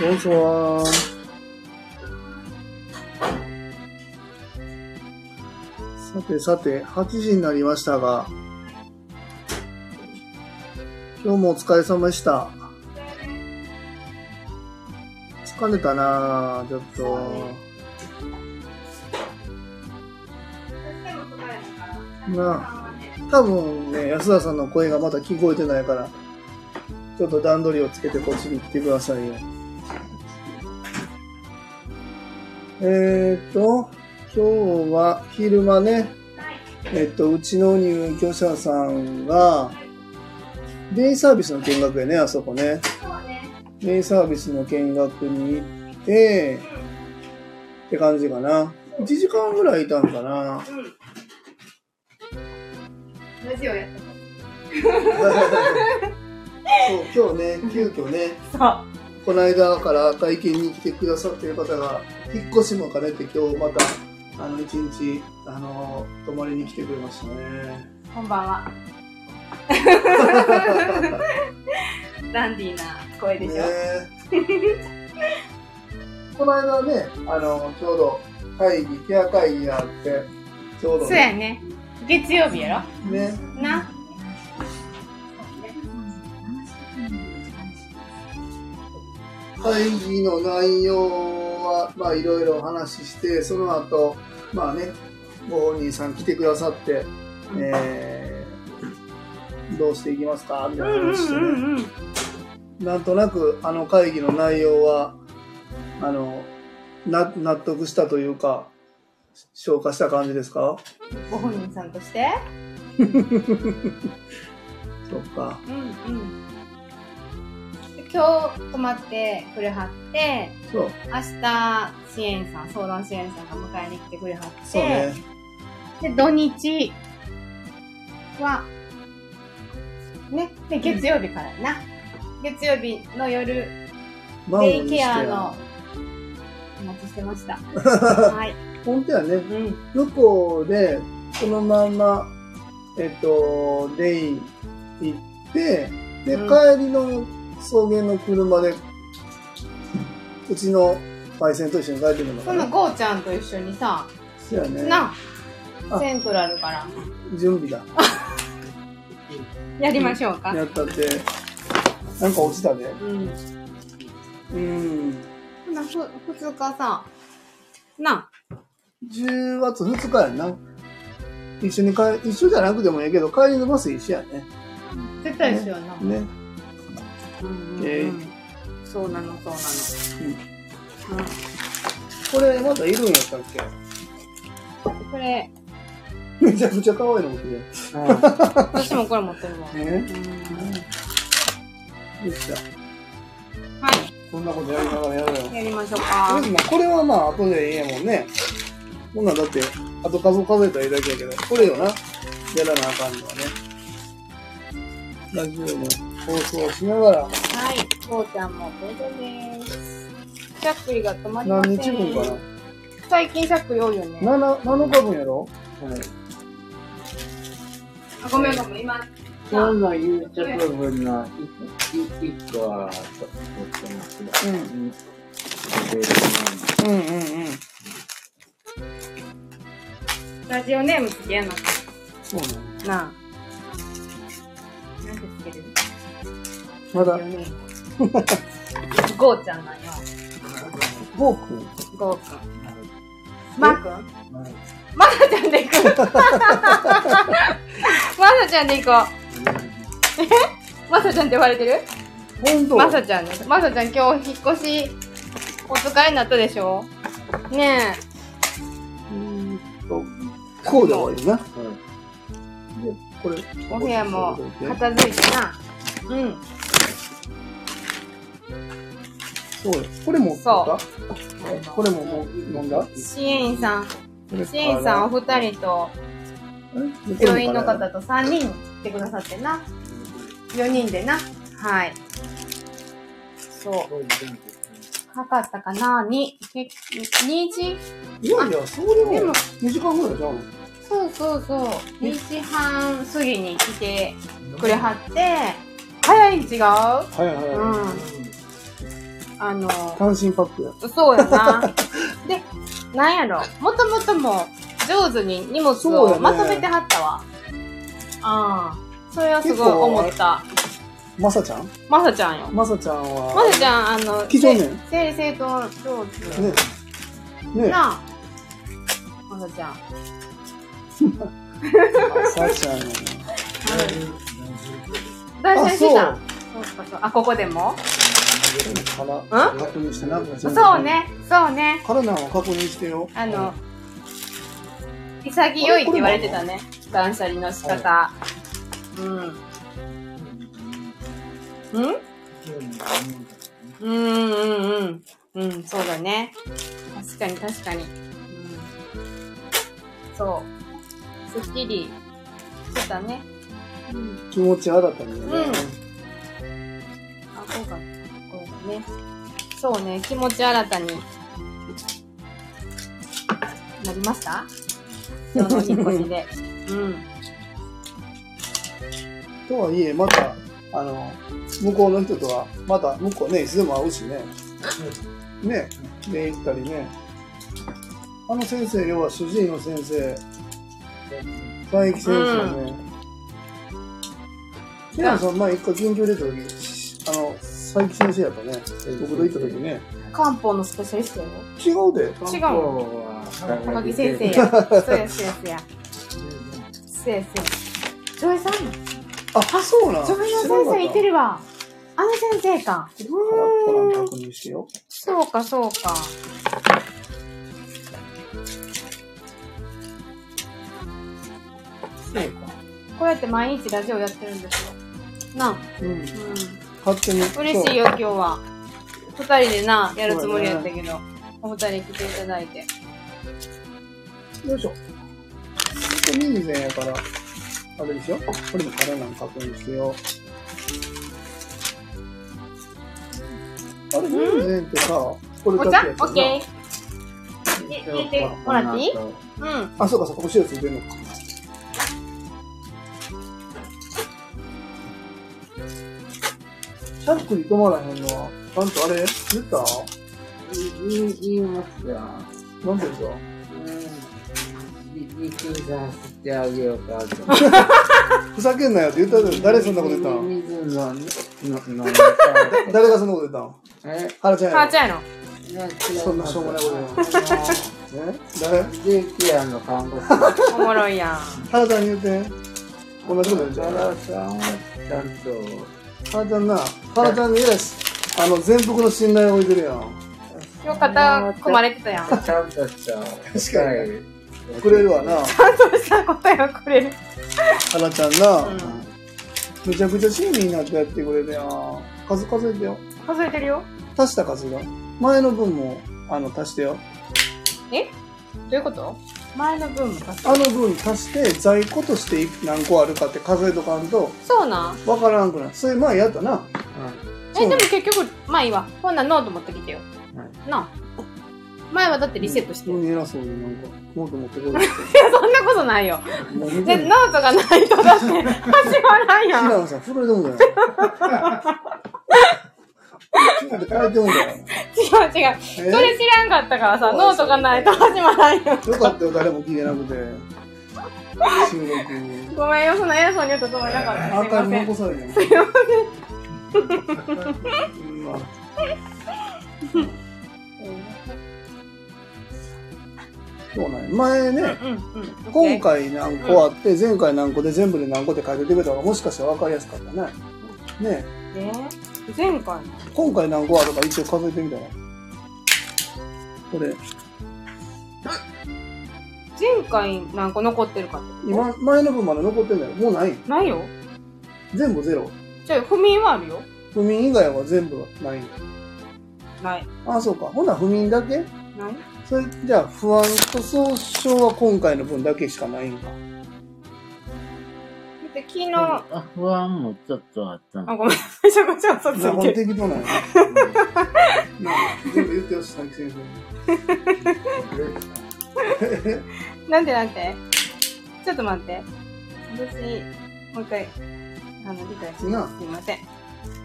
どうぞ。さてさて、8時になりましたが、今日もお疲れ様でした。疲れたなあちょっと。なあ多分ね、安田さんの声がまだ聞こえてないから、ちょっと段取りをつけてこっちに来てくださいよ。えーと、今日は昼間ね、えっと、うちの入居者さんが、デイサービスの見学やね、あそこね。デイサービスの見学に行って、って感じかな。1時間ぐらいいたんか な。ラジオやってそう、今日ね、急遽ね、た。この間から体験に来てくださっている方が、引っ越しも兼ねて今日また、あの、一日、あの、泊まりに来てくれましたね。こんばんは。ダンディーな声でしょ。ね えこの間ね、あの、ちょうど会議、ケア会議があって、ちょうどそうやね。月曜日やね、ろな。会議の内容は、まあ、いろいろお話しして、その後、まあね、ご本人さん来てくださって、えーどうしていきますかみたいな話してね。んうん。なんとなくあの会議の内容はあのな納得したというか消化した感じですか ご本人さんとしてそっかうんうん。今日泊まってくれはって、そう明日支援さん、相談支援さんが迎えに来てくれはって、そうねで、土日は、ね、で、月曜日からやな。月曜日の夜、満を持してデイケアのお待ちしてま した。はい。本当やねうん。向こうでそのままえっとデイ行ってで、う帰りの送迎の車でうちのパイセンと一緒に帰ってくるのそかのなゴーちゃんと一緒にさ、そうやねなあ、セントラルから準備だやりましょうか。やったってなんか落ちたねうん。うんほな、ふ、2日さ、な、 10月2日やな。一緒に帰、一緒じゃなくてもいいけど、帰りのバス一緒やね。絶対一緒やね。な。うんうんうんえーそうなの、そうなの。これ、まだいるんやったっうんこれ、けめちゃくちゃ可愛いの持ってる私もこれ持ってるわ。やん。ね。うんよっしゃ。はい。こんなことやりながらやるよ。やりましょとうりあかえ。ずまあこれはまあ、後でええやもんね。こんなんだって、あと数数えたらいいだけやけど、これよな。やらなあかんのはね。ラジオの放送をしながら、はい。ゴーちゃんもこれです。しゃっくりが止まりませ何ん。日分か最近しゃっくり多いよね。な 7, 7日分やろあごめんごめん、今。今の夕食分の一一個はちょっと持ってますが、うんううん、んうんうん。ラジオネームつけやな。そうね。なあ。なんてつけるまだラジオ、 ネームゴーちゃんなんよ。ゴーくん。ゴーくん。マーくんマナちゃん で行こう。マナちゃんで行こう。マサちゃんって呼ばれてる本当まさちゃんです。まさちゃん今日引っ越しお使いになったでしょねこうで終わりな。うんでこれえ、お部屋も片片付いてな。うん。そうよこれもそそうこれももう飲んだ支援員さん、これ支援員さんお二人と、え病院の方と三人来てくださってな。四人でな。はい。そう。かかったかなに、け、2時いやいや、そうででもも2時間ぐらいじゃん。そそうそうそう。2時半過ぎに来てくれはって、早いん違うはいはいはい。うん。あの、単身パックや。そう やな。で、なんやろ。もともとも上手に荷物そうやをねまとめてはったわ。ああ。それはすごい思った。まさちゃんまさちゃんよ。まさちゃんまは、さちゃん、あの、几帳面ね整理整頓上手。ねなあ。まさちゃん。まさちゃんやね。大あ、そ先生じう。ゃん。そうそうそうあ、ここでもからん確認してなくてそう。ね、そうね。からなんを確認してよ。あの、潔いって言われてたね。断捨離の仕方。うん。うんうんうんうん。うん、そうだね。確かに確かに。うん、そう。すっきりしてたね。うん。気持ち新たにね。うんあ、そうか。これだね。そうね、気持ち新たに。なりました今日の引っ越しで。うん。とはいえ、また、あの、向こうの人とは、また向こうね、いつでも会うしね。ね、で行ったりね。あの先生、要は主治医の先生、佐伯先生ね。でもさん、前一回緊急出た時、あの、佐伯先生やったね。僕と行った時ね。漢方のスペシャリストよ。違うで。違うう高木先 生や。そうや、そうや、そうや。そうや、そうや。ジョイさんあ、そうなん。ジョイの先生いてる。るわ。あの先生か。うほら、ほーら、ん。確認してよ。そうか、そうか。そうか。こうやって毎日ラジオやってるんですよ。なあ。うん。う勝手に。ん。嬉しいよ、今日は。二人でな、やるつもりやったけど。お二人来ていただいて。そう。よいしょ。ほんと人間やから、あれでしょこれも殻なんか確認してよ。あれ、人間ってさ、これおだ茶けやったオよッなケーい入れてもらっていいうん。あ、そうか、そうか、お塩ついてんのか。しゃっくり止まらへんのは、ちゃんとあれ言った言い言いますよ。なんて言ったリクさしてあげようかと。ふざけんなよって言ったの誰そんなこと言ったの水飲んの誰がそんなこと言ったのえ原ちゃんやろ母ちゃんやろ。そんなしょうもないことね誰デイケアの看護師さんおもろいやん。原ちゃんに言って同じこと言っちゃう原さんはちゃんと原ちゃんな原ちゃんにえらいしあの全幅の信頼を置いてるやん今日肩組まれてたやん。ちゃんとした確かにくれるわなそうした答えをくれる。原ちゃんな、うんめちゃくちゃ親身になってやってくれるやん数数えてよ数えてるよ。足した数が前の分もあの足してよどういうこと前の分も足すあの分足して在庫として何個あるかって数えとかんとそうなんわからんくなるそれ前やったなえ、そうなでもん結局、まあいいわ。ほんならノート持ってきてよ。はなあ。前はだってリセットしてる。ういん偉そうになんかノート持ってこい や、そんなことないよ。もう見で、てノるートがないとだって始まらんや平ん。野さん、震えてもんじゃ ない 震えてもんじゃない違う違う。それ知らんかったからそさ、うノートがないと始まらんやん。よかったよ、誰も聞いてなくて。収録。ごめんよ、そんな偉そうに言ったつもりなかった。アーすいカイまブせん。残されてる。うんまあそうなんや前ね、うんうん。今回何個あって、前回何個で全部で何個って書いててくれたから、もしかしたら分かりやすかったね。ねね。前回の。今回何個あるか一応数えてみたら。これ、前回何個残ってるかって。今、前の分まだ残ってんだよ。もうない。ないよ。全部ゼロ。じゃあ、不眠はあるよ。不眠以外は全部ない。ない。あ、そうか。ほな、不眠だけないそれ、じゃあ、不安と総称は今回の分だけしかないんか。で昨日、不安もちょっとあったあ、ごめん、めちゃくちゃ嘘つな、いほてんる。適当なんや。なあ、全部言ってよ、佐伯先生に。なんでなんてちょっと待って。私、もう一回、あの、理解します。すいません。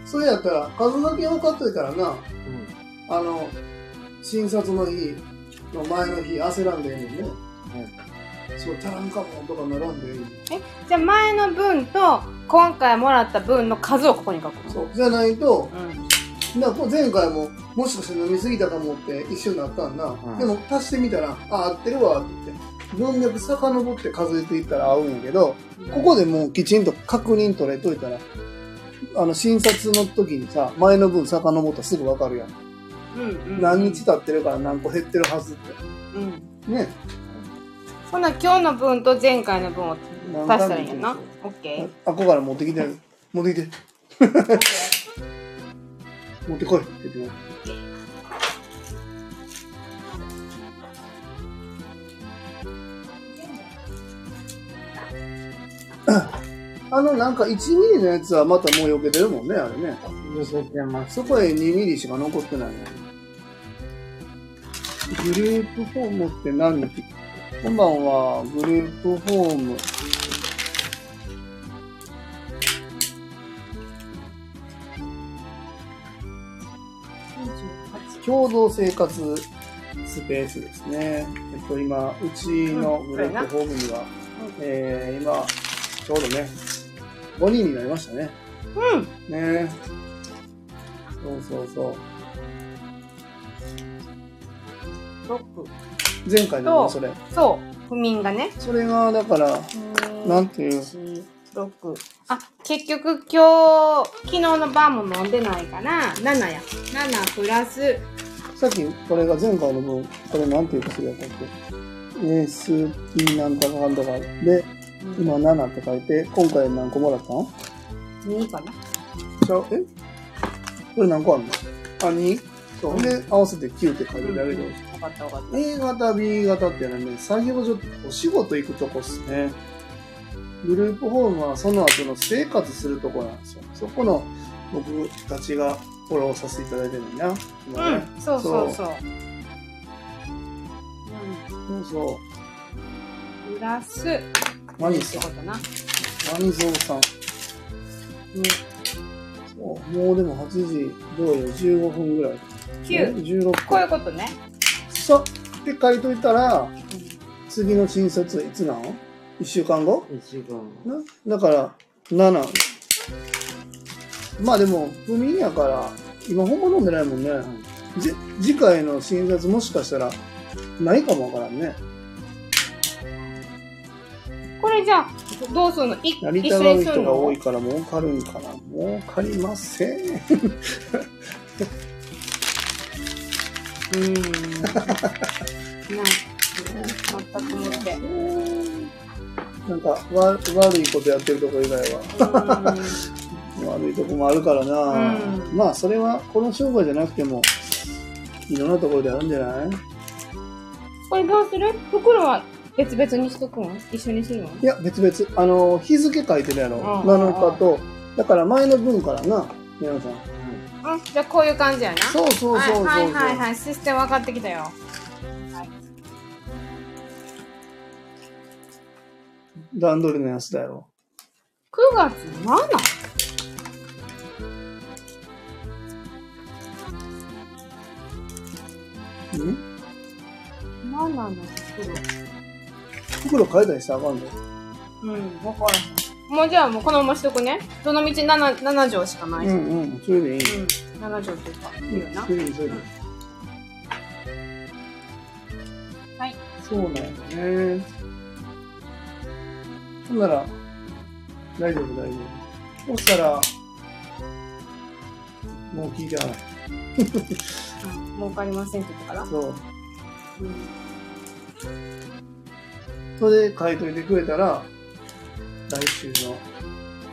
それやったら、数だけ分かっといたらな、うん。あの、診察の日の前の日焦らんでええねんね。そう、足らんかもとかならんでええねんじゃあ前の分と、今回もらった分の数をここに書くの。そう、じゃないと、うん。なこう前回も、もしかして飲みすぎたかもって一緒になったんだ。うんでも足してみたら、あ、合ってるわって言って、文脈遡って数えていったら合うんやけど、ここでもうきちんと確認取れといたら、あの、診察の時にさ、前の分遡ったらすぐわかるやん。うん、うん。何日経ってるから何個減ってるはずって。うん。ね。ほな、今日の分と前回の分を足したらいいんやな。オッケー。あこから持ってきて持ってき て持って こいって言ってあのなんか1ミリのやつはまたもう避けてるもんねあれね寄せてます。そこへ2ミリしか残ってないねグループホームって何こんばんはグループホーム共同生活スペースですね。えっと、今、うちのグループホームには、えー、今、ちょうどね、5人になりましたね。うん。ねそうそうそう。 6。前回のねそれ。そう。不眠がね。それが、だから、なんていう、 1 6あ結局今日昨日の晩も飲んでないから7や7プラスさっきこれが前回の分、これなんていう薬やったっけエース、キンなんとかなんとかで、今7って書いて、今回何個もらったん2かなちゃうえこれ何個あんのあ、2? そう。で、合わせて9って書いてるだけで。分かった分かっ A 型、B 型っていうのはね、作業所ってお仕事行くとこっすね。グループホームはその後の生活するとこなんですよ。そこの僕たちがフォローさせていただいてるんだな。今たねうんそうそうそそううそうんプラスう。マニってさことな、ん。マニゾウさん。そう。もうでも8時、どうよ、15分ぐらい。 9 16こうい分う。ことね、さって書いといたら、次の診察いつなの ?1 週間後一番。なだから7まあでも不眠やから今ほんま飲んでないもんね、じ次回の診察もしかしたらないかもわからんねこれじゃあどうするのい一緒成に田がるす人るが多のいから儲かるんかな儲かりませんうーんなん全くもってなんかわ悪いことやってるとこ以外はうーん悪いとこもあるからな、うんまあそれはこの商売じゃなくてもいろんなところであるんじゃないこれどうする袋は別々にしとくの一緒にするのいや、別々。あの、日付書いてるやろ。うん7日と。だから前の分からな、皆さん。あじゃあこういう感じやな。そうそうそうそうそう。はいはいはいはい。システム分かってきたよ。段取りのやつだよ。 9月 7? ん7の袋変えたりしたらあかんの袋。うん、分からへん。もうじゃあもうこのまましとくね。どの道 7, 7畳しかない。ううん、んうん。それでいいね。 7畳というか、いいよなそ。れでいい、それでいい。はい。そうなんよね。ほんなら、大丈夫大丈夫。そしたら、もう聞いてはない。うん、儲かりませんって言ったから。そう。うん。それで書いといてくれたら、来週の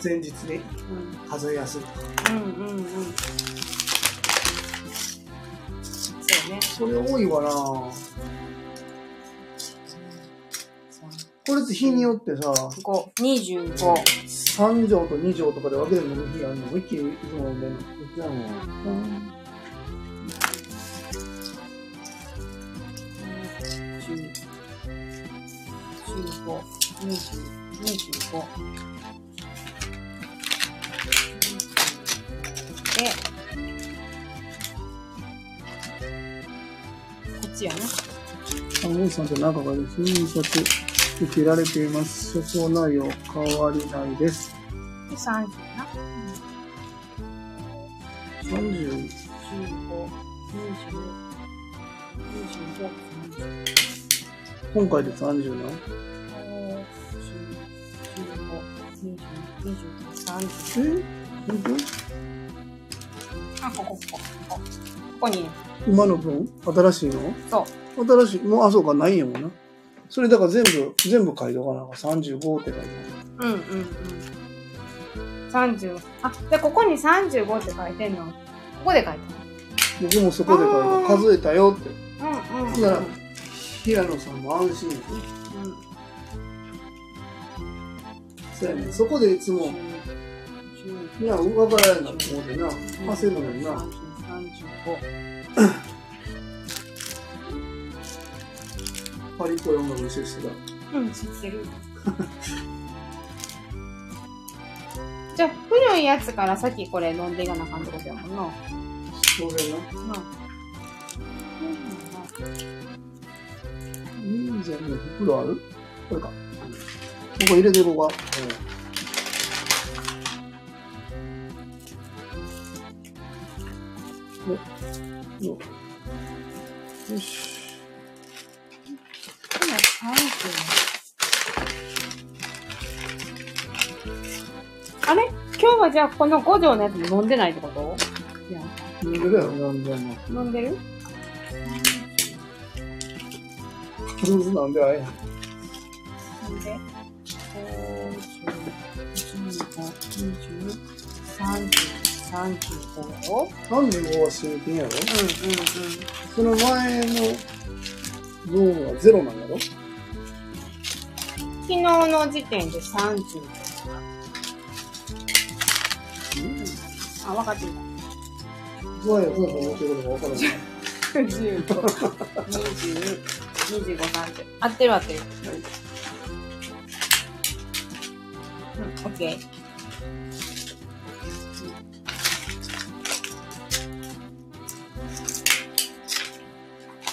前日に数えやすいとか。うん、うん、うん。うんそうね。それ多いわなぁこれって日によってさ、ここ、25。 3錠と2錠とかで分けて飲む日あるの一気にいつも飲んでるの。いつも、 15 25。で、こっちやな。看護師さんと仲がいいです。印刷受けられています。処方内容変わりないです。で、30な。 30、 15、20、25、30。今回で30なのあ、え本ここ、ここ、ここ。ここに、当今の分新しいのそう。新しい、もう、あ、そうか、ないんやもんな。それだから全部、全部書いとかなあかん35って書いてうんうんうん。30。あ、で、ここに35って書いてんの。ここで書いある。て僕もそこで書いた。あー数えたよって。んの。うんうん、だから、平野さんも安心ですね。そうやね。そこでいつも、いや、分からんなと思うてな。焦るのにな。パリコレ音楽の一緒してた。うん、知ってる。 じゃあ、古いやつからさっきこれ飲んでいかなあかんってことやもんな。当然な。な忍者の袋あるこれか。ここ入れていこうか。うんよよし。今30あれ今日はじゃあこの五条のやつも飲んでないってこといや飲んでるやろ。なんでも。飲んでる上手なんであれや。飲んで35 5015203035うんうんうんは新品やろその前のゾーンはゼロなんやろ昨日の時点で30あ分かってきた前はゾーンが思ってることが分からない。 15、20、25、30。合ってる合ってる。うん、オッケー。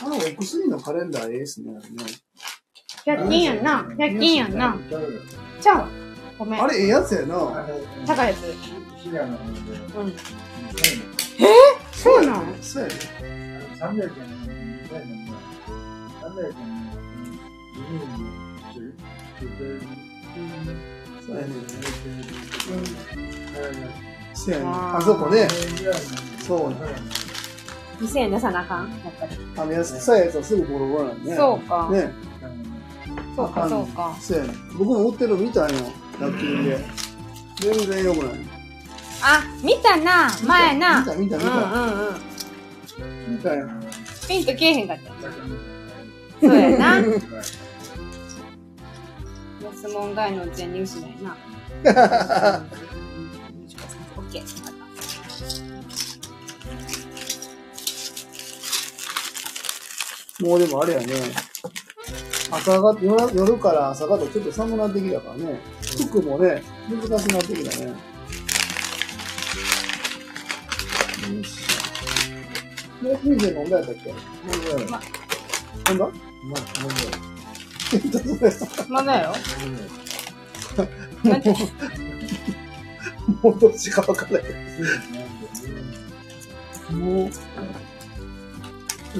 あの、お薬のカレンダーええっすね。 100均やんな。100均やんな。ちゃうわごめんあ。れええやつやな。高いやつ。平野なんで。うん。 300そうなんそうやね。円の2回なんだ。300円の2円の10、10円のそうやね。そう10円やね。あーあそこね。そうね。 2000円出さなあかんやっぱり。あの、安さいやつはすぐボロボロなんでね。そうか。ね。そうあか、んそうか。そうやね。僕も売ってるみたいな、ラッキングで。全然良くない。あ、見たな。前な。見た見た見た。うんうんうん。見たよ。ピンと消えへんかったよな。そうやな。 安物買いのうちは入手ない な。オッケー。わかっもうでもあれやね。朝が夜、夜から朝方ちょっと寒なってきたからね。服もね、難しくなってきたね。ね、水で飲んだやったっけ飲んだ たまだ よ。もうどっちか分からない。もう、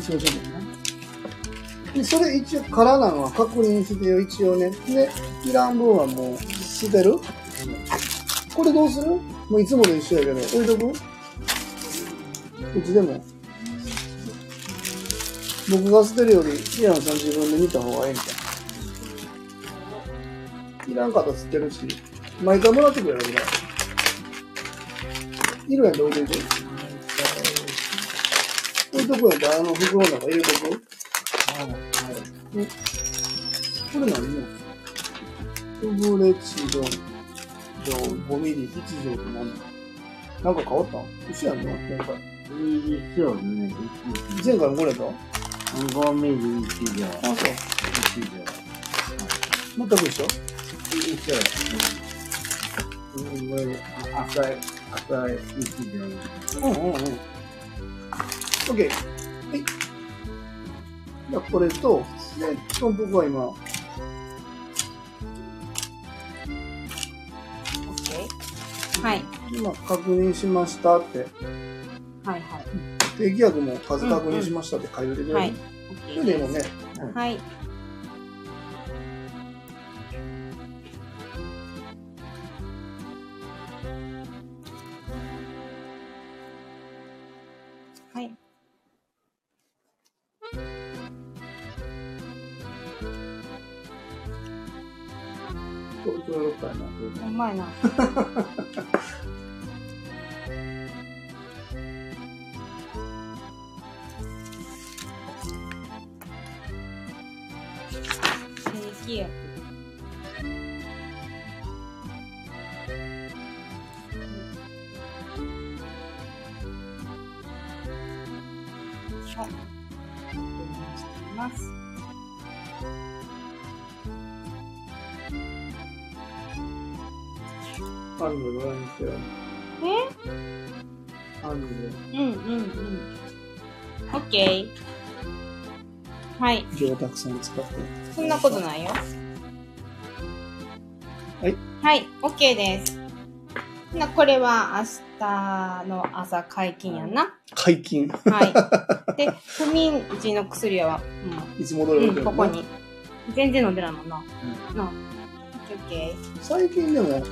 そうそうだな。で、それ一応空なのは確認してよ、一応ね。で、いらん分はもう捨てるこれどうするもういつもと一緒やけど、置いとくうちでも。僕が捨てるより、平野さん自分で見た方がええみたいな。いらんかったら捨てるし、毎回もらってくれるみたいいるやんど置いといて。置いとくやんって、あの袋の中入れとくこれ何よ。ウブレチドン、ドン、5ミリ、1錠って何だなんか変わったん一緒やんな、前回。前回もこれやったあ、そう。全く一緒一緒や。うん、うん浅い、浅い意識で。うんうんうん。OK。はい。じゃあこれと、えっと、僕は今、はい。今確認しましたって、はいはい。定義訳も数確認しましたって書いてくれる。はい。それでもね、はい。はい。そうそういうことやな。うまいな。正規はい。います。アンヌのラインって。えアンヌのうんうんうん。オッケー。はい。字をたくさん使って。そんなことないよ。はい。はい、オッケーです。なこれは明日の朝解禁やな。解禁。はい。で、不眠時の薬は、いつも通うりん、だけうん、どこねこに。全然飲んでないもんな。な。オッケーオッケ最近でも夜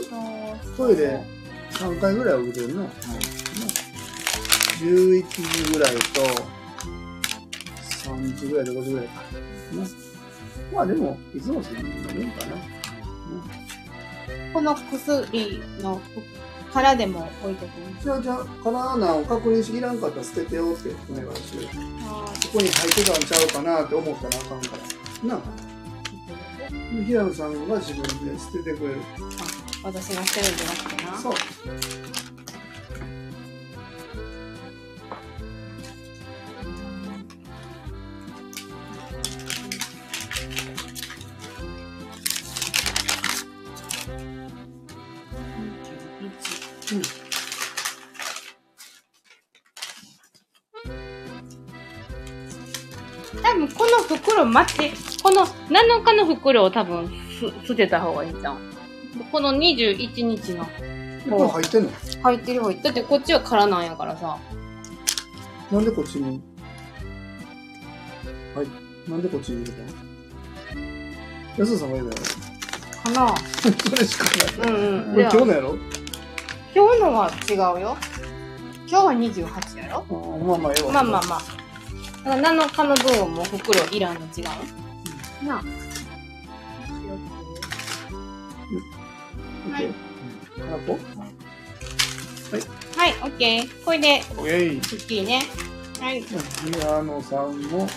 ー。トイレ3回ぐらいは受けてるな、11時ぐらいと3時ぐらいと5時ぐらいか、ねまあでもいつもそんなもんかなこの薬のからでも置いとくね。じゃあじゃあカラーナを確認しきらんかったら捨ててよってお願いしてここに入ってたんちゃうかなって思ったらあかんからなあで平野さんが自分で捨ててくれる私が捨てるんじゃなくてな。そう多分この袋待って、この7日の袋を多分す捨てた方がいいじゃん。この21日のでこれ入ってんの入ってる方がいい。だってこっちは空なんやからさ。なんでこっちにはい。なんでこっちにいるの安田さん がいるだよ。かなそれしかうない。んうん。これ今日でのやろ今日のは違うよ。今日は28やろあーまあまあ、ええわまあまあまあ。だから7日の分も袋いらんの違うなあ。オッケー。あこはい、オッケー。これで、オッケースッキリね。はい。宮野さんも、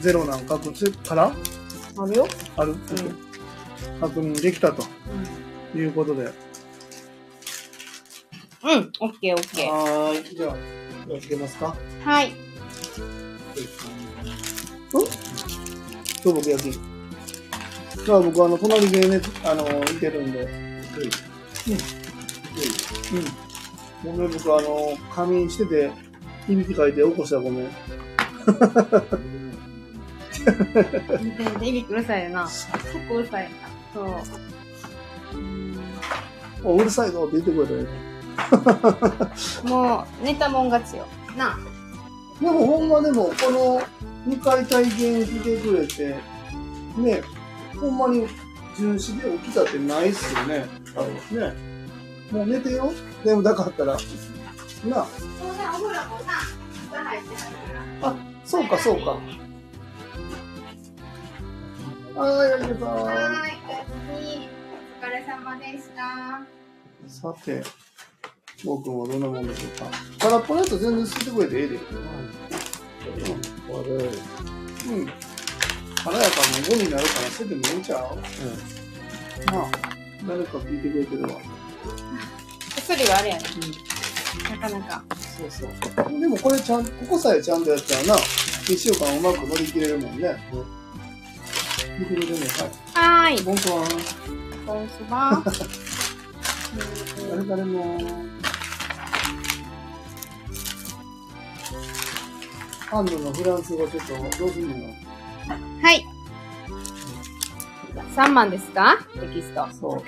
ゼロなん確認からあるよ。ある、オッケー確認できたということで。うん、オッケー、オッケー。はーい。じゃあ、気をつけますかはい。今日僕焼き。じゃあ僕、あの、隣でね、あの、いてるんで。うん。ごめん、僕、あの、仮眠してて、いびきかいて起こしたらごめん。で、いびきうるさいよな。結構うるさいな。そう。うんおうるさいぞって言ってくれたらいいもう、寝たもん勝ちよ。なでも、ほんまでも、この2回体験してくれて、ね、ほんまに巡視で起きたってないっすよね。多分ね。もう寝てよ。眠たかったら。なあ、そうね、お風呂もな、朝入ってたから。そうか、そうか。はい、ありがとう。い。お疲れ様でした。さて、僕君はどんなもんでしょうか。空っぽのやつ全然捨ててくれてええで。うん。華やかもゴミになるから捨ててもええんちゃうまあ、誰か聞いてくれてるわ。薬はあれやね。なかなか。そうそう。でもこれちゃん、ここさえちゃんとやったらな、1週間うまく乗り切れるもんね。袋でね、はい。はーい。ボンコこんすば。ーン。誰々も。ハンドのフランス語ちょっとどうするのはい。3万ですかテキスト。そ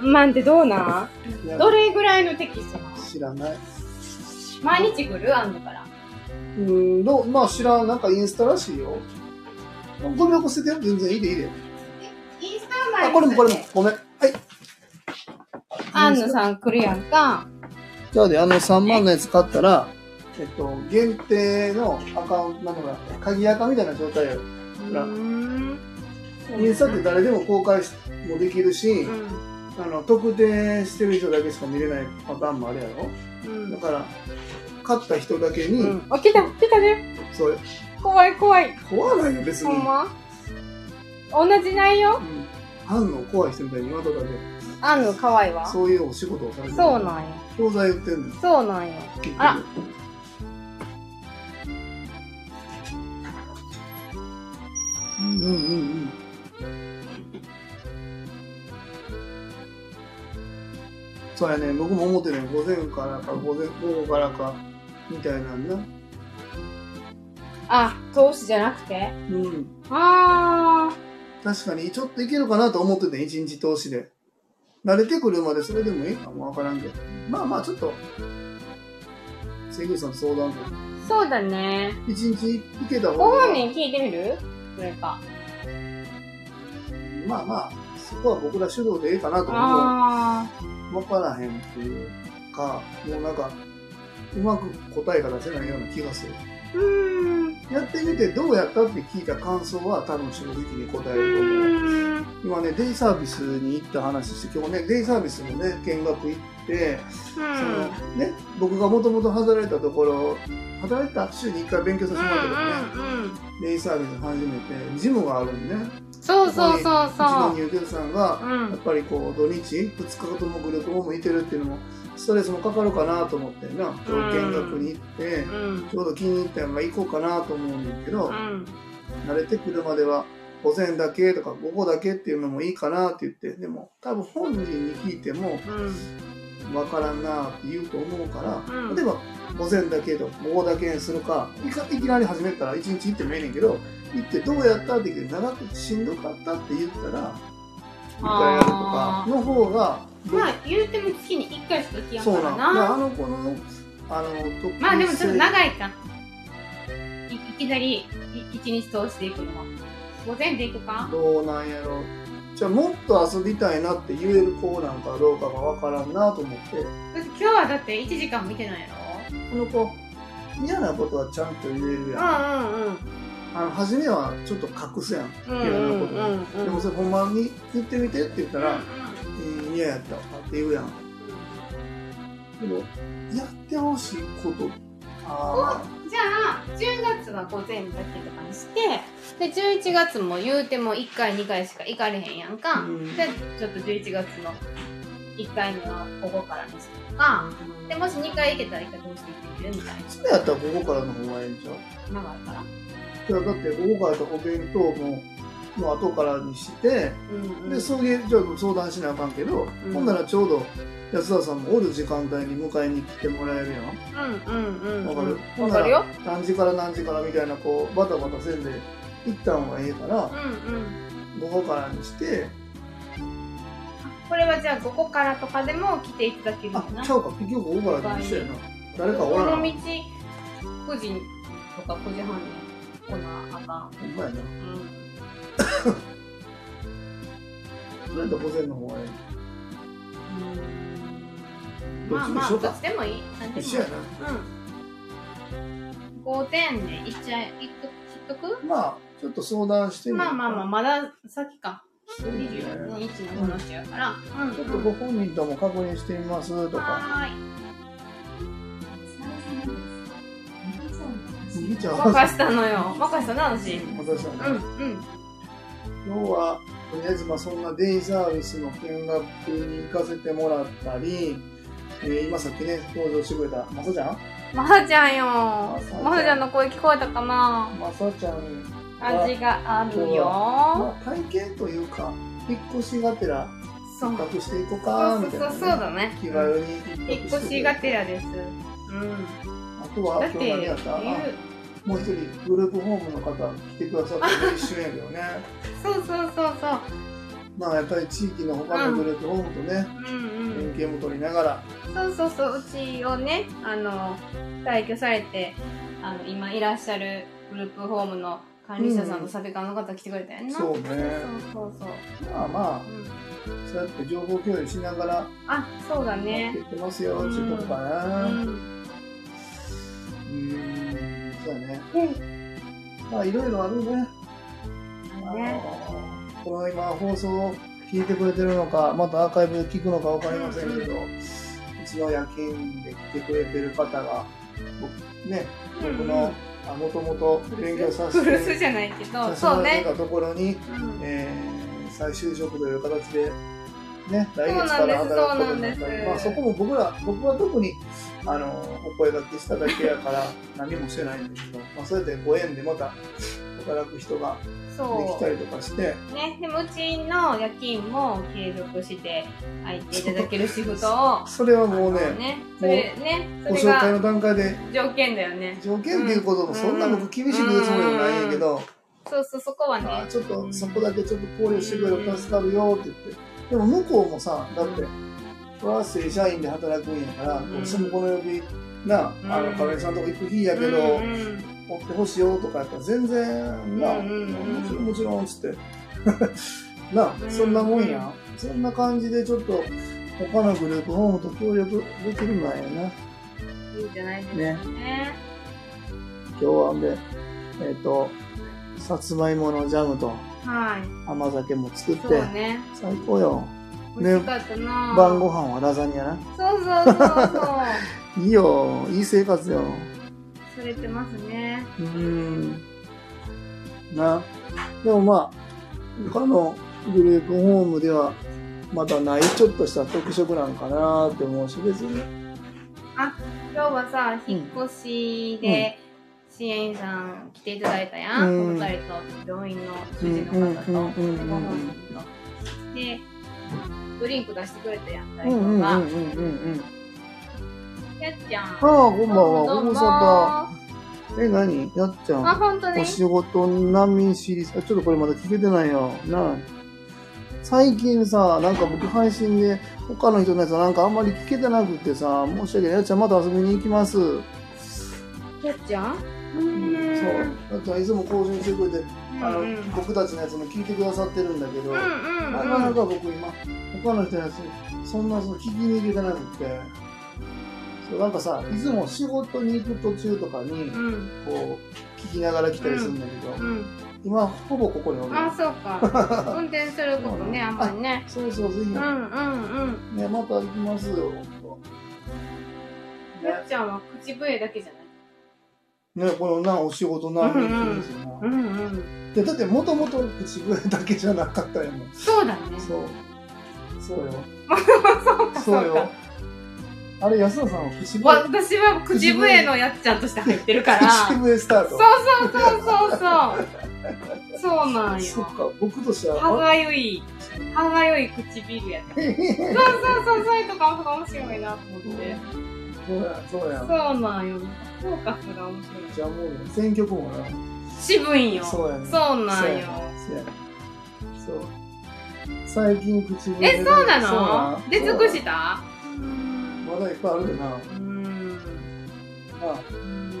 3万ってどうなう。いやんどれぐらいのテキストなの知らない。毎日来るあんのから。うん、どうまあ知らん。なんかインスタらしいよ。ゴミ起こせてよ。全然いいでいいで。インスタは毎あ、日これもこれも。ごめん。はい。アンヌさん来るやんか。じゃあで、あの3万のやつ買ったら、えっと、限定のアカウント、なんだろうな、鍵アカみたいな状態よ。うらーん。インスタって誰でも公開しもできるし、うん。あの、特定してる人だけしか見れないパターンもあるやろ。うんだから、買った人だけに、うん。あ、来た、来たね。そう、怖い怖い。怖ないよ、別に。ほんま同じ内容うん。ファンの怖い人みたいに今とかで、アンヌ可愛いわ。そそういうお仕事をされてる。うなんや。教材売ってんの。そうなんや。結局あうんうんうんそうやね僕も思ってたよ午前からか午前午後からかみたいなんだあ、投資じゃなくてうんあ確かにちょっといけるかなと思ってて一日通しで慣れてくるまでそれでもいいかもわからんけどまあまあちょっと関口さんと相談とー、そうだね。一日いけた方ごが本人聞いてみるそれか。まあまあそこは僕ら主導でいいかなと思うあ分からへんっていうか、もうなんか、うまく答えが出せないような気がする。ー。うーん。うやってみてどうやったって聞いた感想は多分正直に答えると思う。ーん。今ね、デイサービスに行った話して、今日ね、デイサービスのね、見学行って、そのね、僕がもともと働いたところ、働いた週に1回勉強させてもらったけどね、うんうん。デイサービス始めて、ジムがあるんでね、そうそうそううちそのう。入居者さんがうやっん。ぱりこう土日2日ともグループホームいてるっていうのもストレスもかかるかなと思ってな今日見学に行ってうん。ちょうど気に入ったら行こうかなと思うんだけうどん。慣れてくるまでは午前だけとか午後だけっていうのもいいかなって言ってでも多分本人に聞いてもうん。わからんなって言うと思うから、うん例えば午前だけと午後だけにするかいかいきなり始めたら1日行ってもええねんけど行ってどうやったって言って長くしんどかったって言ったら一回やるとかの方がまあ、言うても月に1回しか行きやんそうかならんだからあな。の子のあの特まあでもちょっと長いか。いいきなりい一日通していくのは。午前で行くかどうなんやろじゃあもっと遊びたいなって言える子なんかどうかがわからんなと思ってだって今日はだって1時間も見てないやこの子嫌なことはちゃんと言えるやん、ろうんうんうん。あの初めはちょっと隠すやんうん嫌なことうんうんうんでもそれほんまに言ってみてって言ったらううん嫌やったわって言うやんでもやってほしいことああんじゃあ10月は午前だけとかにしてで11月も言うても1回2回しか行かれへんやんか、うんでちょっと11月の1回目はここからにするとかでもし2回行けたら1回どうして行ってみるみたいそれやったら午後からの方がええんちゃうな長いからいやだって午後からお弁当ももう後からにして、うんうんで送迎所の相談しなあかんけど、うんほんならちょうど安田さんもおる時間帯に迎えに来てもらえるやんうんうんうんわかるわかるよ何時から何時からみたいなこうバタバタせんで一旦はええからうんうん午後からにしてこれはじゃあここからとかでも来ていただけるよあなちゃうか結局午後からにしてやな誰かおらなこのほ道ん9時とか9時半に来なあかんまやなうそれと午前の方がえん。どっちにまあまあ、しようかどっちでもいい。なんえでもいい一緒やなうん。午前で行っちゃえ、行っとく行っとまあちょっと相談してくみるまあまあまあ、まだ先か。そうね22日の話やから。うん。ちょっとご本人とも確認してみますとかはーい。麦茶は任したのよ。任したの私。うん私はね、うん。今日はとりあえずまあそんなデイサービスの見学に行かせてもらったり、えー今さっきね登場してくれたまさちゃんまはちゃんよさちゃ。んまはちゃんの声聞こえたかなまさちゃん味があまるよ。あ、体験というか引っ越しがてらそう復。活していこうそかうそみうたいそなね、うそうだね。気軽に引っ越しがてらです。うん。あとはだっ今日て、何やったあ言もう一人グループホームの方来てくださったのと一緒やけ どねうそうそうそうそう。まあやっぱり地域の他のグループホームとね、うんうん連。携も取りながらそうそうそう、うちをね、あの、退去されて、あの、今いらっしゃるグループホームの管理者さんとサビカの方来てくれたよな。そうねそうそうそう。まあまうんあそうやって情報共有しながらあ、そうだやっねて。いってますよ、ねっていうことかうなうんん。ーんそうやねうん。まあいろいろあるねあね。のこの今放送を聞いてくれてるのかまたアーカイブで聞くのか分かりませんけど、うちの夜勤で来てくれてる方が僕ね僕のもともと勉強させ古巣てじゃないけさせど、てそもらっうてね。たところに、うんえー再就職という形で、ね、来そ月うなかんでら働すくことになったそうなんり、ですまあ、そこも僕ら僕は特にあのお声がけしただけやから 何もしてないんですけど、まあ、そうやってご縁でまた働く人ができたそりとかして。う。ね、でもうちの夜勤も継続して、空いていただけるシフトを、それはもうあのね、ね、それね、そごれ紹介がの段階で、条件だよね。条件っていうことうんもそんな僕厳しく言うつもりはないんやけど、そうそう、そこはねまあ、、ちょっとそこだけちょっと考慮してくれば助かるよって言って。でも向こうもさ、だって、それは正社員で働くんやから、んどうしてもこの呼び、なうんあ、あの、カメさんとこ行く日やけど、うんうん持ってほしいよとかやったら全然、なあ、うんうんうんもちろんもちろんっつって。 なあ、そんなもんや。そんな感じでちょっと、他のグループホームと協力できるんだよな。いいんじゃないですかね。ね。今日はで、えっ、と、さつまいものジャムとはい。甘酒も作っそてう、ね。最高よ。美味しかったな。晩ご飯はラザニアな。そうそうそういいよ、いい生活よ。そう。釣れてますね。うーん。な。でもまあ、他のグループホームでは、まだないちょっとした特色なんかなって思うし、別に。今日はさ、引っ越しで、支援員さん来ていただいたやん。うんお二人と、病院の主治の方と、うごんうんうんうん本人と。で、ドリンク出してくれたやん、う大んう夫んうんうんが。うん。やっちゃん。ああ、こんばんは、どごうも無沙汰。え、何やっちゃん。あ、本当にお仕事難民シリーズ、あ、ちょっとこれまだ聞けてないよ。なあ最近さ、なんか僕配信で他の人のやつはなんかあんまり聞けてなくてさ、申し訳ない。やっちゃんまた遊びに行きます。そう。やっちゃんうやーん。っちゃんいつも更新してくれて、あの、うんうん僕たちのやつも聞いてくださってるんだけど、うんうんうんなかなか僕今、他の人のやつ、そんなその聞きに行けてなくて、そうなんかさ、いつも仕事に行く途中とかに、うんこう、聞きながら来たりするんだけど、うん今ほぼここにおる。あそうか運転することねあんまりねそうそう、ぜひ、うんうんうんね、また行きますよ。やっちゃんは口笛だけじゃないね、このな、お仕事な、うんうんいいですよなうんうんでだって、もともと口笛だけじゃなかったやもん。そうだねそう。そうよ。 そうかそうか。あれ、安田さんは口笛、私は口笛のやっちゃんとして入ってるから口笛スターそト。うそうそうそうそうそうなんそっよか、僕として歯は、あがゆい歯がゆい唇やったそうそうそうそういうとかも面白いなと思ってそうや、そうや。そうなんよフォーカスが面白いじゃあもうね、選曲もな。渋いんよそうやねそうなそうんやよそうやそう。最近口笛で。え、そうなそうのなん出尽くしたまだいっぱいあるでな。うーん。あ高橋真理子さんの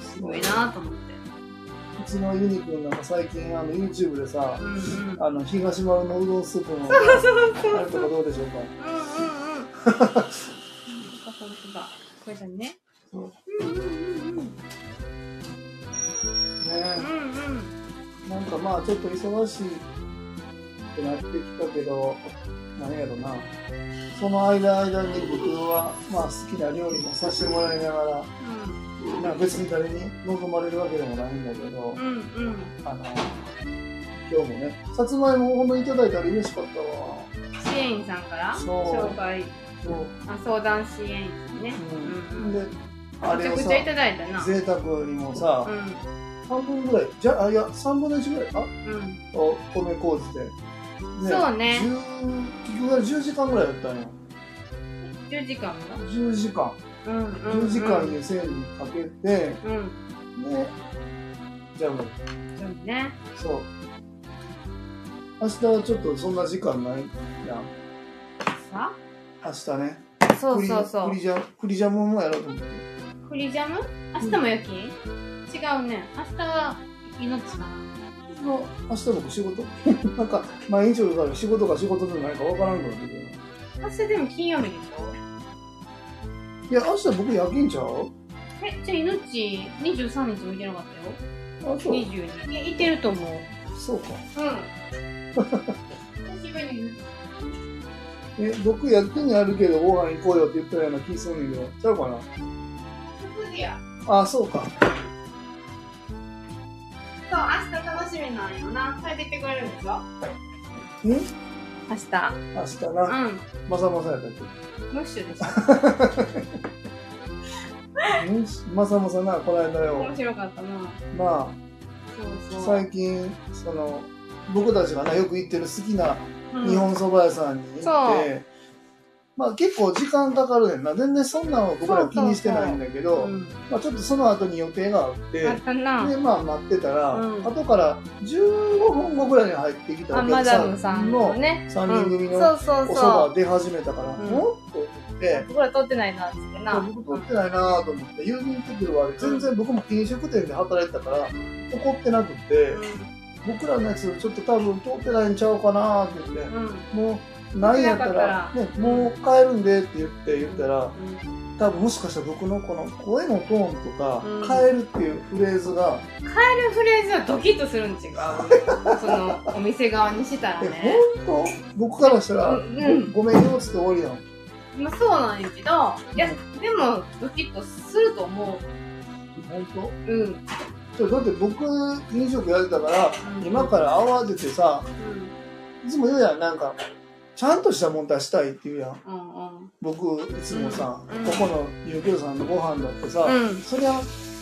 すごいなと思って。うちのユニくんなんか最近あの YouTube でさう、んうん。そうあの東丸のうどんスープのそうあれとそう。うんうかどんうでしょうか。うん。そうそうだ。これだね。そううんうんうんうん。うね、んうん。なんかまあちょっと忙しいってなってきたけど、何やろな。その間間に僕はまあ好きな料理もさせてもらいながら、まあ別に誰に望まれるわけでもないんだけどう、んうんうん。あの今日もね、さつまいもをほんといただいたら嬉しかったわ。支援員さんからそう紹介、そう。あ、相談支援員さんね。ううんん、うん。で、あめちれゃをくさちゃいただいたな。贅沢にもさ、うん。半分ぐらい、じゃあ、いや、3分の1ぐらいか、うん。お米麹で。そうね10ぐらい、10時間ぐらいやったんや。 10時間も10時間。うんうん、うん。 10時間に1000にかけて、うん。ね、ジャム。そうね。そう。明日はちょっとそんな時間ないやん。さ明日ね。そうそうそう栗。ジャム、栗ジャムもやろうと思って。栗ジャム明日も焼き、違うね。明日は命かな。もう明日僕仕事 なんか、毎日だから仕事か仕事じゃないかわからんからけど。い明日でも金曜日でしょや、明日僕夜勤ちゃうえ、じゃあ命23日もいてなかったよ。あ、そう。 22。いや、いてると思う。そうか。うん。 久しぶりにえ、僕夜勤にあるけどご飯行こうよって言ったような気するんだけど、ちゃうかなすぐや。あ、そうか。そう、明日楽しみなんよな。帰ってきてくれるんでしょん明日。明日な、まさまさやったっうん。ムッシュでしけ。んまさまさな、この間ょ。よ。面白かったな。まそうあ、そう。最近、その、僕たちがな、よく行ってる好きなうん日本蕎麦屋さんに行って、まあ結構時間かかるねんな。全然そんなんは僕ら気にしてないんだけど、うんまあちょっとその後に予定があって、あったな。で、まあ待ってたら、うん後から15分後ぐらいに入ってきたあ、おマ客ダムささんんののね。 3人組うんのそうそうお蕎そ麦出始めたから、おうんっと思って、う。僕ら撮ってないなっつってな。僕取ってないなと思って、郵便局は全然僕も飲食店で働いてたから、怒ってなくて、僕らのやつちょっと多分通ってないんちゃうかなって言って、うんうんもう、ないんやった、なからっね、たもう帰るんでって言って言ったうら、ん多分もしかしたら僕のこの声のトーンとか、うん変えるっていうフレーズが、あのフレーズはドキッとするん違う そのお店側にしたらねえ、本当僕からしたら、うんうんごめんよっつって終わりやん。まあそうなんやけどいやでもドキッとすると思本当ううん、うん、それだって僕、飲食やってたから、今から泡出てさ、いつも言うやん、なんか、ちゃんとしたもん出したいって言うやん。うんうん僕、いつもさ、うんここのゆうきょうさんのご飯だってさ、うんそりゃ、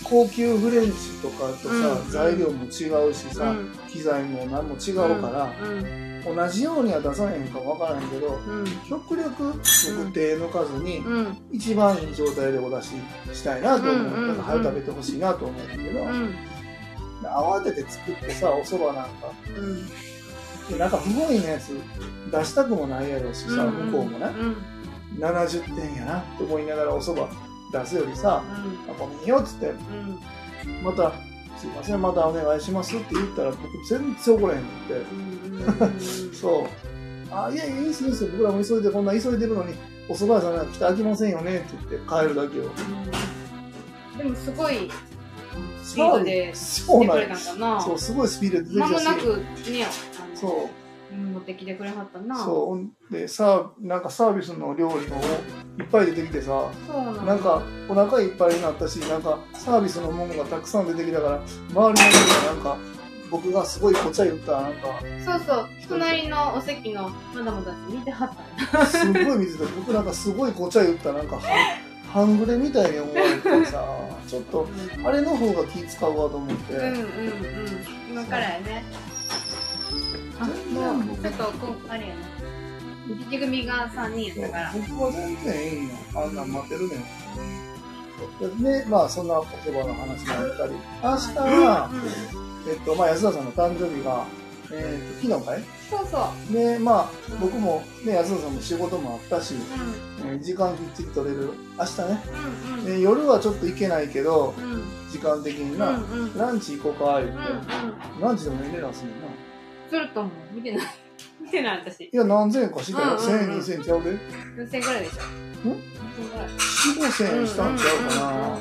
高級フレンチとかとさ、うん材料も違うしうさ、ん機材も何も違うから、うん同じようには出さへんかわからんけど、うん極力、特定の数に、うん一番いい状態でお出ししたいなと思う。うんうんうんなんか早く食べてほしいなと思うんだけど、うん慌てて作ってさ、お蕎麦なんか、うんでなんか不本意なやつ出したくもないやろうしさ、向こうもね、うん70点やなと思いながらお蕎麦出すよりさ、あごめんよっつって、うんまた、すいません、またお願いしますって言ったら、僕全然怒らへんのって。うんそう。あ、いやいや、いいっすよいいっすよ僕らも急いで、こんな急いでるのに、お蕎麦屋さんなんか来て飽きませんよねって言って帰るだけよ。うんでもすごいスピードでそう来てなんくれやたんだなそう、すごいスピードで出間てもきたなし。くねあのそううん持ってきてくれはったなそうほんでさなんかサービスの料理もいっぱい出てきてさそうなのなんかお腹いっぱいになったしなんかサービスのもんがたくさん出てきたから周りの人がなんか僕がすごいごちゃ言ったらなんかそうそう隣のお席のマダムたち見てはったんだすごい水で 僕なんかすごいごちゃ言ったらなんかは半グレみたいに思われてさちょっとあれの方が気使うわと思って、うんうんうん今からやねあもうちょっとこうあれやな一時組が3人やったから僕は全然いいのあんなん待ってるねんでまあそんなお蕎麦の話もあったり明日は、うんえっと、まあ、安田さんの誕生日が、えっと、昨日かいそうそうで、まあ、僕も、ね、安田さんも仕事もあったし、うんえー時間きっちり取れる。明日ね。うんうんえー夜はちょっと行けないけど、うんうん時間的にうな、んうんランチ行こうか、言って。うんランチでもええねえな、すんな。いすると思う見てない見てない私や、何千円かしてたうよ。ん千うん円、うん二千円ちゃうで。 4000ぐらいでしょん4000ぐ四らい五千円したんちゃうかな。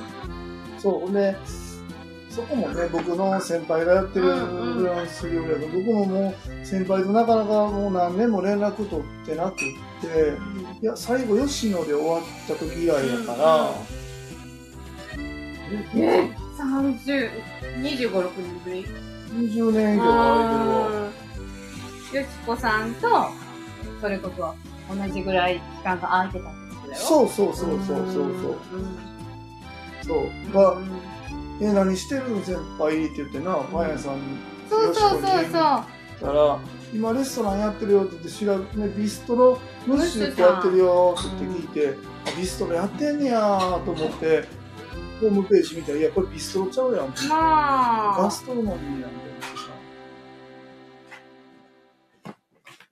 そう、ほんで、そこもね、僕の先輩がやってるうんうんフランス料理屋で、僕ももう先輩となかなかもう何年も連絡取ってなくって、いや、最後、吉野で終わった時以来だから、うんえ30 25、6年ぶり20年以上空いよしこさんと、それこそ同じぐらい期間が空いてたんですてよ。るわ。そうそうそうそうそうそう。うん。そう。うが、んえ、何してるの先輩って言ってな、パン屋さんに。そうそよしこうそうにそう。たら、今レストランやってるよって言って、調べ、ね、ビストロムッシュってやってるよって言って聞いて、あビストロやってんねやと思って、ホームページ見たら、いや、これビストロちゃうやん。まガあ、ストロノミーやんみたいなさ。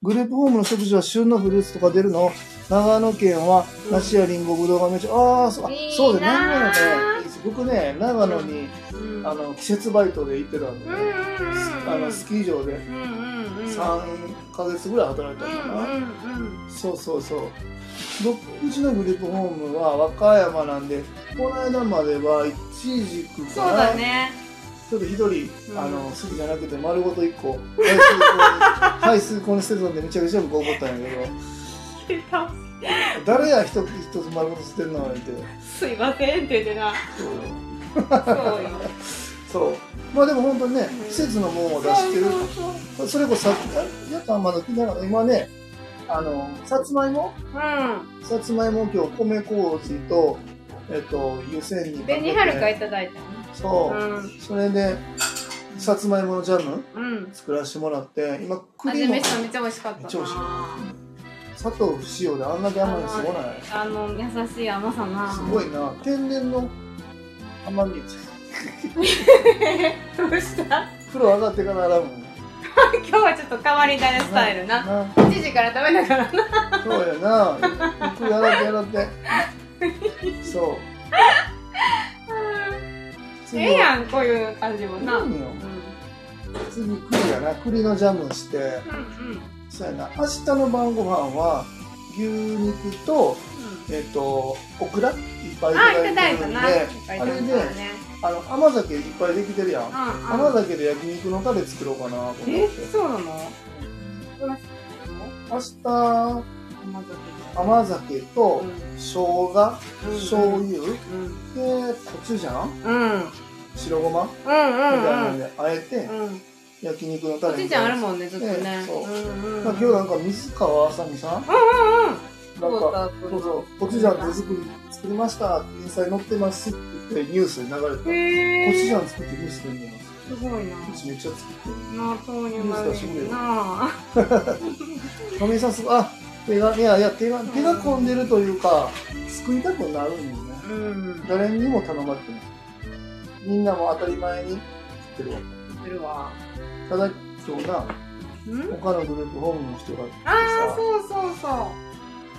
グループホームの食事は旬のフルーツとか出るの長野県は梨やリンゴ、ぶどうがめちゃ、ああ、そうあいいなーそうで、長野ね、いいです僕ね、長野に、うん、あの、季節バイトで行ってたんで、うんうんうんあの、スキー場でうんうんうん3ヶ月ぐらい働いたのかな。うんうんうんそうそうそう僕うちのグループホームは和歌山なんでこの間までは一軸そうかなだねちょっと一人、うんあの好きじゃなくて丸ごと1個排 水口に捨てたんでめちゃくちゃ僕怒ったんやけど誰や一つ一つ丸ごと捨てるのってすいませんって言ってなそうよそうまあでも本当にねうん季節のものを出してるそうそうそれこそさやっぱまだ聞いてなかった今ねあのさつまいもそううさつまいも今日米麹とえっと湯煎にかんけて紅はるかいただいたねそう、うそれでさつまいものジャムんうん作らせてもらって今栗味もめっちゃめっちゃ美味しかっためなっちゃ美味しい砂糖不使用であんなけ甘いのすごないあの優しい甘さなすごいな天然の甘み どうした風呂上がってから洗うもん今日はちょっと変わり種スタイルなな7時から食べだからなそうやなゆっくり洗って洗って そうえ次はえやんこういう感じもないういんよ次栗やな栗のジャムしてうんうんそうやな明日の晩ご飯は牛肉とえっ、とオクラいっぱいいあ、いたただだいいてたるんな。であれで、あの甘酒いっぱいできてるやん、うん甘うん。酒で焼肉のタレ作ろうかなと思ってえ、そうなの明日甘酒。甘酒とうん生姜、醤油うん。でコチュジャンうん。白ごまみうんうんたいなうのん。であえてうん。焼肉のタおレじいみちゃんたあいるなもんね、ずっとね。そううんうん。まあ今日なんか水川あさみさんなんかうんうん。そうそうコチュジャン手作り作りましたってインスタに載ってますって言ってニュースに流れたコチへえ。ュジャン作ってニュースに載ってますすごいな。うちめっちゃ作ってるなあ、豆乳まで。なあ。亀井さんすごいあ手がいやいや手が手が込んでるというか救いたくなるんよねうん。誰にも頼まれてないみんなも当たり前に食ってるわするわ。ただ今日なうん他のグループホームの人がああ、そうそうそ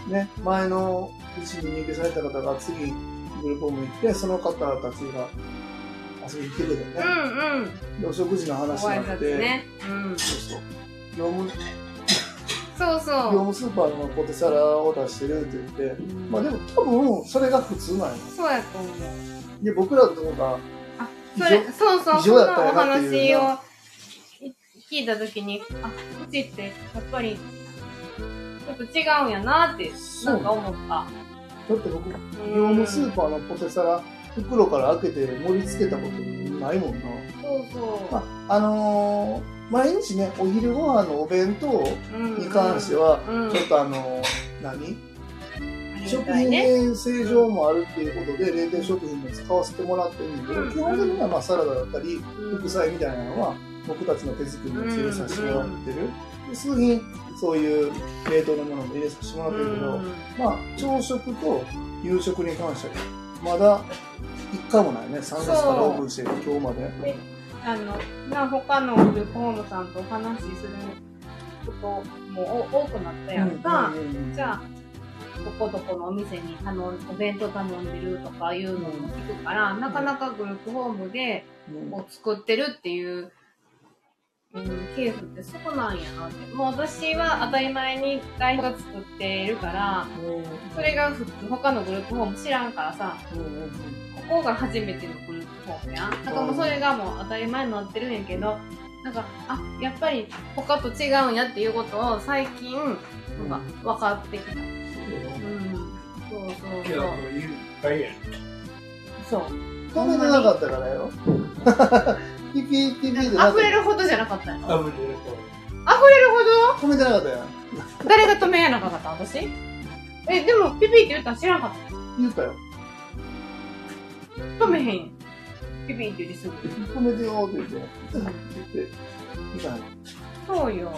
ね前のうちに入居された方が次グループホームに行ってその方たちが遊びに来てくれう。うたよね、んうん。でお食事のご話に挨なって、拶ね。うん。そうそう業務そう業そ務スーパーのポテサラを出してるって言ってう。まあでも多分それが普通なんよそうやと思う。で僕らのとこがあそれそうそう異そ常のやったんおやなってい話うをない聞いた時にあうちってやっぱりちょっと違うんやなってそなんうか思っただって僕業業務スーパーのポテサラ袋から開けて盛り付けたことないもんな、そうそう、まああのー毎日ねお昼ご飯のお弁当うんに関してはうんちょっとあのー何ありが食たい品ね衛生上もあるっていうことで冷凍食品も使わせてもらってるんだけど、うん基本的にはまあサラダだったりうん副菜みたいなのは僕たちの手作りの入れさせてもらってる、で数品そういう冷凍のものも入れさせてもらってるけど、うんまあ、朝食と夕食に関しては、まだ1回もないね、3月からそうオープンして、今日まで。であのな他のグループホームさんとお話しすることもお多くなったやんか、うんうんうんじゃあどこどこのお店に頼んお弁当頼んでるとかいうのも聞くから、なかなかグループホームでうんを作ってるっていう、うん、ケースってそこなんやなってもう私は当たり前に代表作っているからそれが普通他のグループホーム知らんからさうんうんうんここが初めてのグループホームやんなんかもうそれがもう当たり前になってるんやけどなんかあやっぱり他と違うんやっていうことを最近なんか分かってきた。うんそうそうけどそう。いっぱいやそう。食べてなかったからよ。ピピピピってな溢れるるほどじゃなかったよ。溢あぶれるれるほ止どめてなかったよ。誰が止めやなかった私え、でも、ピピって言ったら知らなかっ言ったよ。た。止めへん。ピピンって言ってすぐ。褒めてよって言って、って言って、そうよ。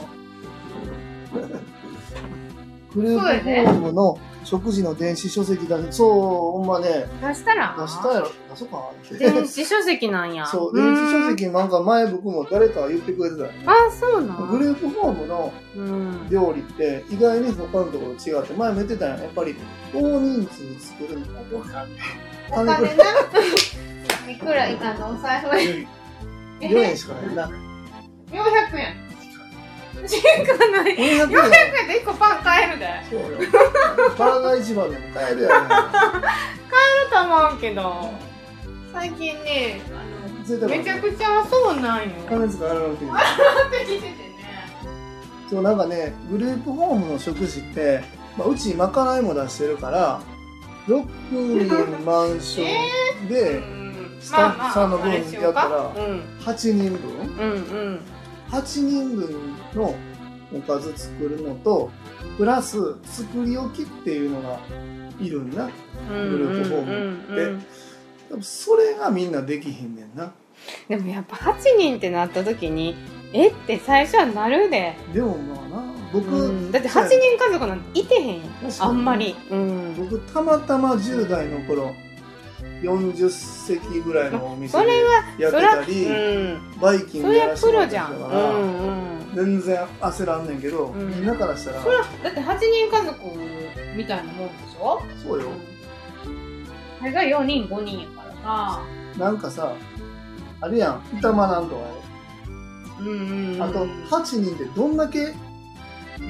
グループホームの食事の電子書籍だね。そう、ほんまね、出したら出したやろ、出そうかなって電。子書籍なんや。 そう、ー電ん子書。籍なんか前僕も誰かが言ってくれてたよね。あ、そうなん。グループホームのうん。料理って意外に他のところ違って、前も言ってたやん。やっぱり大人数で作るのがお金。お金な。いくらいたのお財布。 4円しかないな。四百円。違くない。400 400円。円で一個パン買えるで。買そうよ。バーガー市場でも買えるやえると思うけど。最近ね、ん。絶あの対めちゃくちゃそうなんよ。金使わなくていい。って聞いててね。そうなんかねグループホームの食事って、まあ、うちまかないも出してるから6人満床でうんスタッフさんの分やったらまあまああれしようかうん8人分うんうん。 8人分のおかず作るのとプラス作り置きっていうのがいるんだグループホームで多分それがみんなできひんねんなでもやっぱ8人ってなった時にえって最初はなるで、でもまあな僕、うん、だって8人家族なんていてへんよ確かにあんまり、うん、僕たまたま10代の頃40席ぐらいのお店そでれやっそてりゃたうり、んバイキンそグりやゃらせてプもらロっじてゃたんかうら、んうん全然焦らんねんけど、うんみんなからしたらそりゃだって8人家族みたいなもんでしょそうよあれが4人5人やからさなんかさあれやん歌間なんとかねうんうんうんあと8人でどんだけ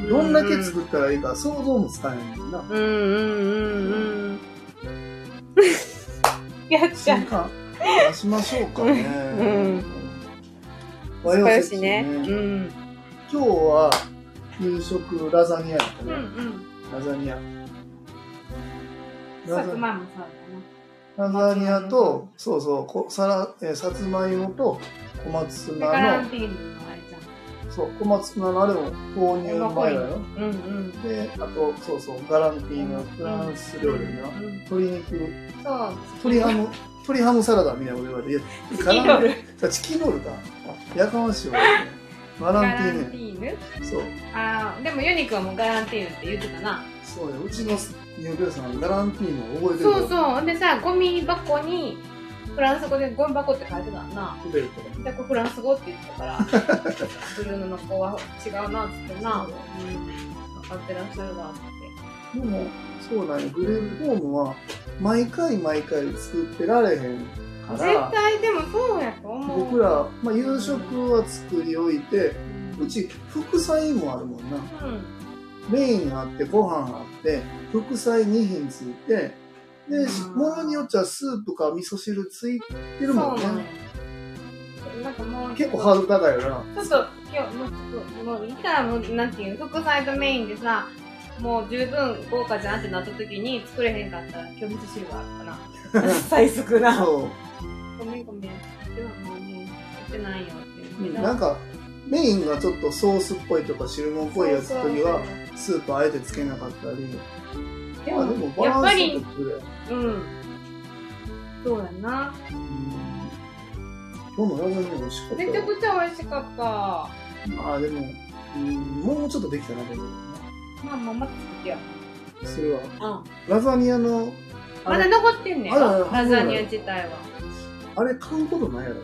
どんだけ作ったらいいか想像もつかへんねんなうんうんうんうんうんやっちゃう新刊出しましょうかねうん和洋よ折衷しねねうん今日は夕食ラザニアやったうんね、うんラザニアさつまいもさラザニアと、そうそう、こさら、えーさつまいもと、小松だなペカラ菜ンの、ティーニのあれじゃんそう、小松菜のあれも豆乳前だよ。うんうんで、あと、そうそう、ガランティーのフランス料理のうん鶏肉、そう鶏ハム、鶏ハムサラダみたいなこと言われて、いや、チキンロールルチキンロールか。あやかましいわ。ガラガンラテンィーテね。ィーヌそう、ああでもユニくんはもうガランティーヌって言ってたなそうね、うちの乳業さん、ガランティーの覚えてるそうそうでさゴミ箱にフランス語でゴミ箱って書いてたな食べるとか。でこれフランス語って言ってたからブルーノの子は違うなっつってな、そううん、分かってらっしゃるわってでも、そうなんよグループホームは、毎回毎回作ってられへんか絶ら、対でもそうやと思う僕ら、まあ、夕食は作り置いて、うんうち副菜もあるもんな。うんメインあって、ご飯あって、副菜2品ついて、で、うんものによっちゃスープか味噌汁ついてそるうもんなんやね。なんかもう結構ハードル高いよな。ちょっと今日もうちょっともういたらもうなんていうの副菜とメインでさもう十分豪華じゃんってなった時に作れへんかったら今日味噌汁はある かな最速なそごめんごめん今日はもうもう作ってないよってう。いうなんか、メインがちょっとソースっぽいとか汁物っぽいやつの時は、スープあえてつけなかったり。でまあでももバやっランぱスよりく作れるうんそうやな今日のラザニア美味しかっためよちゃくちゃ美味しかったまあでも、うん、もうちょっとできたなと思うまあまあまた作ってよそれはうんラザニアのあまだれ,、残ってんねんあらあらラザニア自体はあれ買うことないやろ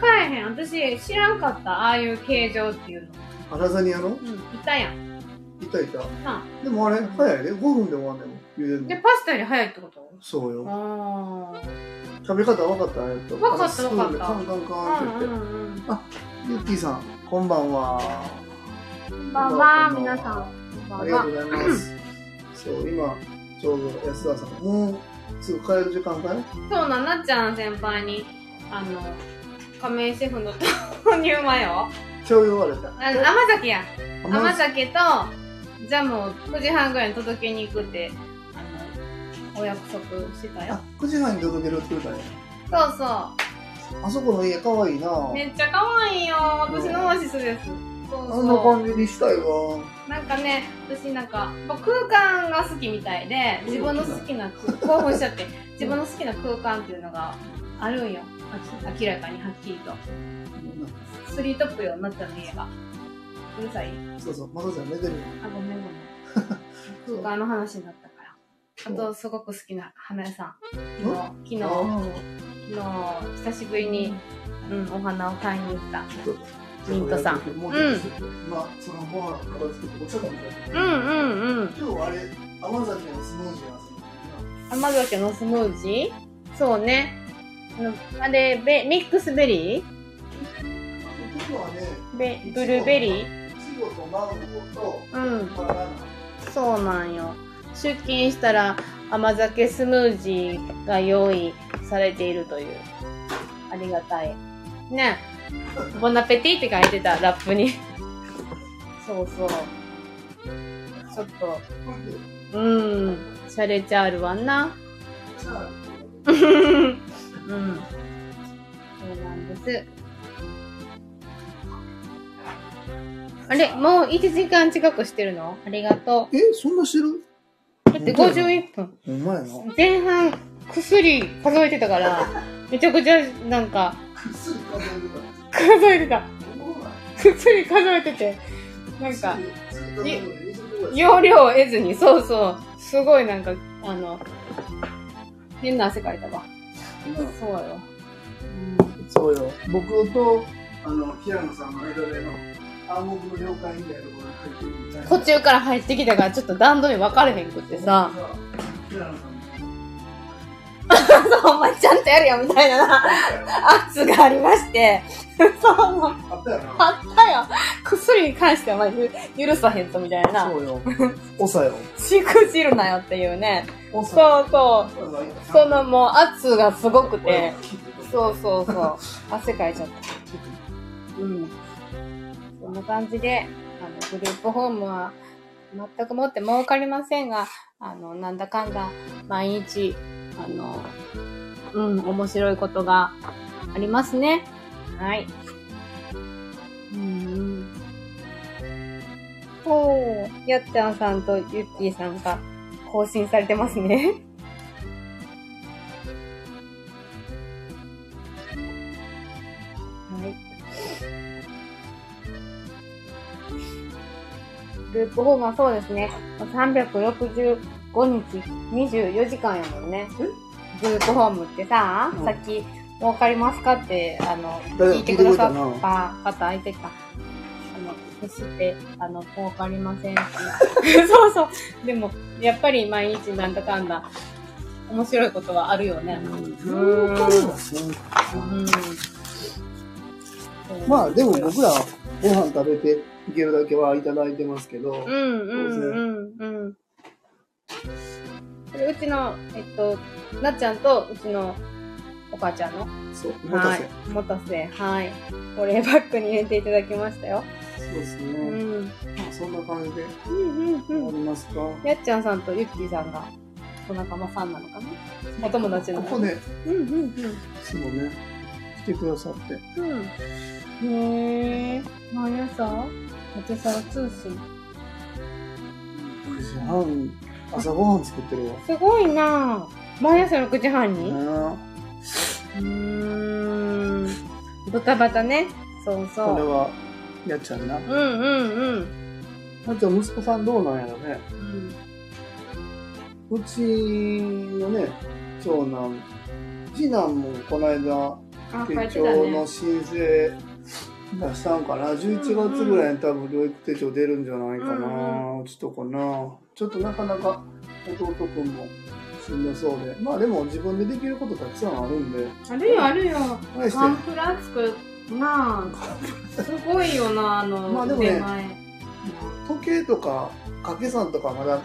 買えへん私知らんかったああいう形状っていうのあラザニアのうんいたやんいたいたあでもあれ早いで5分で終わんねんもん茹でるでのパスタより早いってことそうよあ食べ方分かったあれとわかったあのスプーンでわカかンったカンカあンってうん言っうんうんてユッキーさんこんばんはこんばんは皆さんこんあばりんがはとうございます。そう、今、ちょうど安田さんが、もうすぐ帰る時間かね。そうななっちゃん先輩にあの亀井シェフの 豆乳マヨちょうど言われた。あの甘酒や甘ず酒とジャムを9時半ぐらいに届けに行くってあのお約束してたよあ、9時半に届けるって言うたね。そうそあそこの家かわいいなうめっちゃ可愛いよ私のオアシスですそうあんなそう感じにしたいわ。なんかね、私なんか、まあ空間が好きみたいで、自分の好きな空、興奮しちゃって、自分の好きな空間っていうのがあるんよ。あ明らかにはっきりと。スリートップよ、なっちゃんの家が。うるさいそうそう、まさちゃん寝てる。あ、ごめんごめん。空間の話になったから。あと、すごく好きな花屋さん。昨日、あ昨日、昨日、久しぶりに、うん、お花を買いに行った。ミントさんもうまあ、そのご飯を片付けてお茶飲みたいな。うんうんうん。今日あれ、甘酒のスムージーなんですよ甘酒のスムージーそうね。うんあれ、ベミックスベリあの僕はね、ーベブルーベリーいちごとマンゴーとうん。バナナ。そうなんよ。出勤したら甘酒スムージーが用意されているという。ありがたい。ね。ボナペティって書いてた、ラップに。そうそう。ちょっと、うん、シャレちゃあるわな。じゃあ、うん。そうなんです。あれ、もう1時間近くしてるのありがとえ、そんなしてるう。だって51分。うまい な。前半薬数えてたからめちゃくちゃなんか薬かけるから。数えてた薬数えててなんか容量を得ずにそうそうすごいなんかあの変な汗かいたわそうよそうよ。僕と、あの、平野さんの間での、暗黙の了解みたいなところに入ってるみたいな。途中から入ってきたからちょっと段取り分かれへんくってさ平野さんそうお前ちゃんとやるよみたいなな圧がありましてそうもうあったよな。あったよ薬に関してはまず許さへんとみたいなそうよ。おさよ。しくじるなよっていうねおさよ。そうそうそのもう圧がすごくて、う。そうそう そう、汗かいちゃった。うん。そんな感じで、あの、グループホームは全くもって儲かりませんが、あの、なんだかんだ毎日、あの、うん、面白いことがありますね。はい。うん。おー、やっちゃんさんとゆっきーさんが更新されてますね。はい。ループホームはそうですね。365日24時間やもんね。グループホームってさ、うんさっき儲かりますかって、あの、誰聞かいてくださ聞いてくれったた方、相手か。あの、決して、あの、儲かりませんし。 そうそう。でも、やっぱり毎日なんだかんだ、面白いことはあるよね。うんうん。まあでも僕らご飯食べていけるだけはいただいてますけど、うんうんうんうん。それうちの、えっと、なっちゃんとうちのお母ちゃんの。そう、お待たせ。はい。もたせ。はい。保冷バッグに入れていただきましたよ。そうですうん。うね。んそんな感じでうん終うわん。りますか。やっちゃんさんとゆっきーさんが、お仲間さんなのかなお友達なここので、うんうんうん。そうね、来てくださって。うん。へえ。毎朝私さ、通信。 9時半、朝ご飯作ってるわ。すごいなぁ。毎朝6時半に、ねうーん。ドタバタね。そうこれそは、やっちゃんな。う。うんうんうん。あじゃあ息子さんどうなんやろね。うんうちのね、長男、次男もこの間、あ、書手いてた帳のね。申請出したんかな、11月ぐらいに多分療育手帳出るんじゃないかな、ううんちとかなちょっとなかなか弟くんもしんどそうでまあでも自分でできることたくさんあるんであるよあるよ。対してガンプラ作るな ぁ。すごいよなあの、まあでもね腕前。時計とか掛け算とかまだ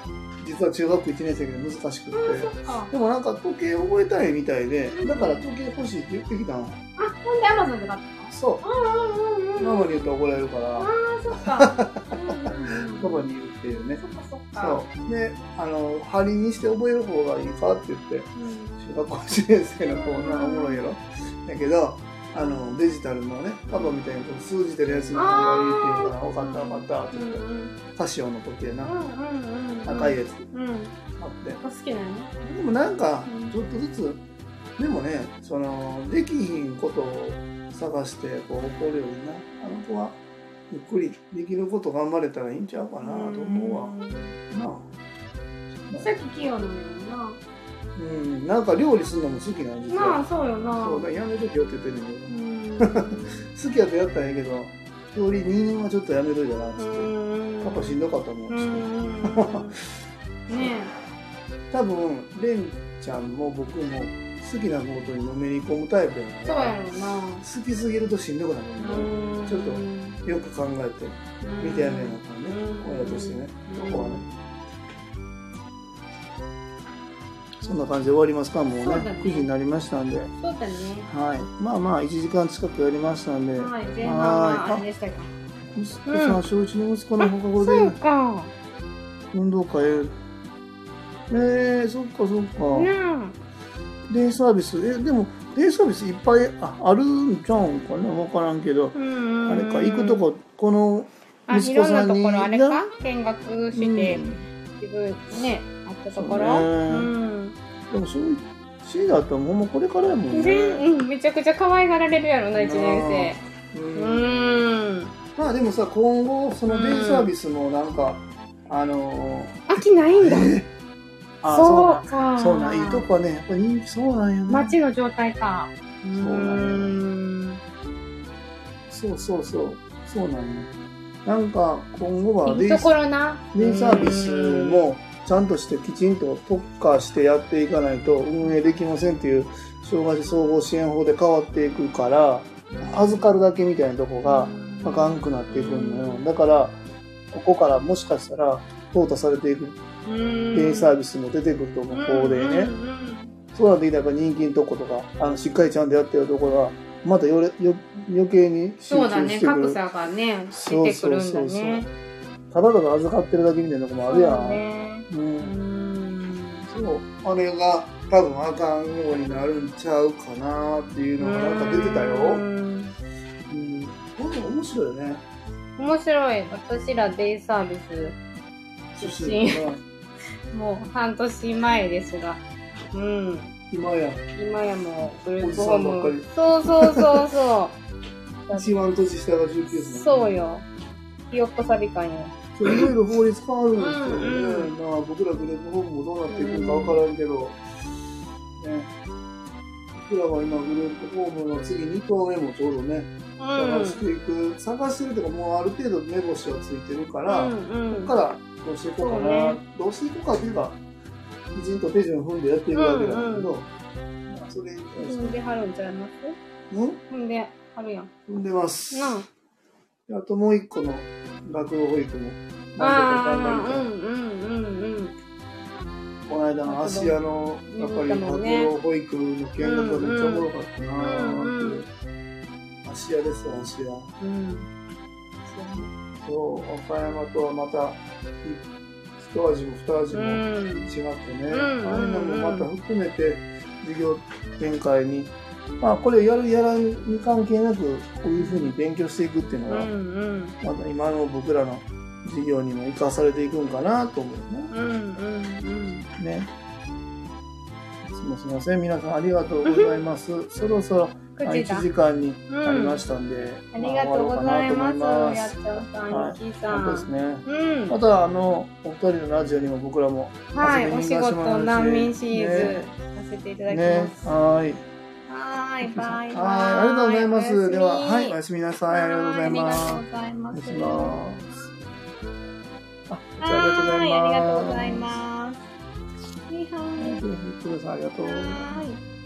実は中学1年生で難しくって、そっか。でもなんか時計覚えたいみたいでだから時計欲しいって言ってきたのあ、ほんでアマゾンで買っそたのうんうんううんうマん。マに言うと怒られるからあー、そっ か。うんうんパうんパに言うっていうねそっかそっか。そうであの針にして覚える方がいいかって言ってうん中学校1年生の子なんかおもろいやろだけどあのデジタルのねパパみたいにこう数字出るやつの方がいいっていうから分かった分かったってう言んっうてんカシオの時計うなんうんうん。赤いやつうん。あって好きなのね。でもなんかうんちょっとずつでもねそのできひんことを探してこう怒るよりなあの子はゆっくりできること頑張れたらいいんちゃうかなと思うわなあさっき器用なのよな。うんなんか料理するのも好きなんですよ、まあ、そうよな。そうだやめときよって言ってんねんけどうーん。好きやとやったらええけど料理二人はちょっとやめといたなっうつってーん。パパしんどかったもっつうんってーん。ね多分レンちゃんも僕も好きなことにのめり込むタイプやえ。かそうやらろな。好きすぎるとしんどくなるうのーんちょっとよく考えて見てやめなあかんねうん親としてねうんここはねそんな感じで終わりますかもうねそうだね9時になりましたんでそうだね。はいまあまあ1時間近くやりましたんではい、前半はあれでしたか。息子さん小一の息子の放課後でそうか。運動会えー、そっかそっか、うん。デイサービスえでもデイサービスいっぱいああるんちゃうんかな分からんけど、うん。あれか行くとここのあ、い息子ろんさなんにところあれなか見学してう、ん自分ね、あったとこそろ。うねうん。でもそういうシーだったらもうほんまこれからやもんね、うん、めちゃくちゃ可愛がられるやろな、1年う生。んうん。まあでもさ今後そのデイサービスもなんか、あのー飽きないんだ。あそうーか。そうなんそうなんいいとこはねやっぱ人気そうなんやね街の状態か。うそうーん。そうそうそうそうなんやなんか今後はいデいイサービとスころな。デイサービスもちゃんとしてきちんと特化してやっていかないと運営できませんっていう障害児総合支援法で変わっていくから預かるだけみたいなとこがあかんくなっていくのよだからここからもしかしたら淘汰されていくうん、デイサービビスも出てくると思うこ法でねそうなってきたらやっぱ人気のとことかあのしっかりちゃんとやってるとこがまたよれよ余計に集そう中だしね、てく格る差がね、そ出うてくそうるんそだうそうね。ただただ預かってるだけみたいなとこもあるや、そうんねうんうーん。そうあれが多分あかんようになるんちゃうかなっていうのがなんか出てたよう。んうん、なんか面白いよね。面白い。私らデイサービ出身ス、もう半年前ですが、うん。今や今やもうグループホーおじム。そうそうそうそ一番年下が19歳。う。そう。よ。ひよっこさびかに。そういろいろ法律変わるんですけどね。うんまあ僕らグレープホームもどうなっていくかわからんけど、ね。僕らは今グレープホームの次2棟目もちょうどね、う探んし。ていく、探してるとかもうある程度目星はついてるか、からうんこうんこからどうしていこうかそな、うねどうしていこうかっていうかきちんと手順踏んでやっていくわけなんだけど、まあそれに対し踏て、んではるんちゃいますうん、踏んではるやん。踏んでます、なあともう一個の学童保育もあ。あなんとか頑あ、う張んうんうんうりん。たいこの間の芦屋のやっぱり見に行ったもんね学童保育の見学がめっちゃおもろかったなうんうんーうっんて芦屋ですよ芦屋うん。そう岡山とはまた一味も二味うもん。違ってね、うんうんああいうのもまた含めて授業展開に、まあ、これをやるやらんに関係なくこういうふうに勉強していくっていううのが、んうん。また今の僕らの授業にも生かされていくんかなと思ううんうんうん。ね。ねいつもすみません皆さんありがとうございます そろそろあ口だ1。時間になりましたんで、ありがとうございます。やっちゃうさはん、いゆきさ本当ですん。ねうんま。たあのお二人のラジオにも僕らもはい、遊びおに仕行かせてもらいます事ね難民シリーねズさせていただきねます。はいはーい、バイバイ。はい、ありがとうございまおやす。みでは、はい、おやすみなさい。ありがとうございます。はーいありがとうございおま願いす。します。あ、じゃはーい、ありがとうございあます。いいはありがーいとうございます。はい、ごめんなさいありがとう。はーい。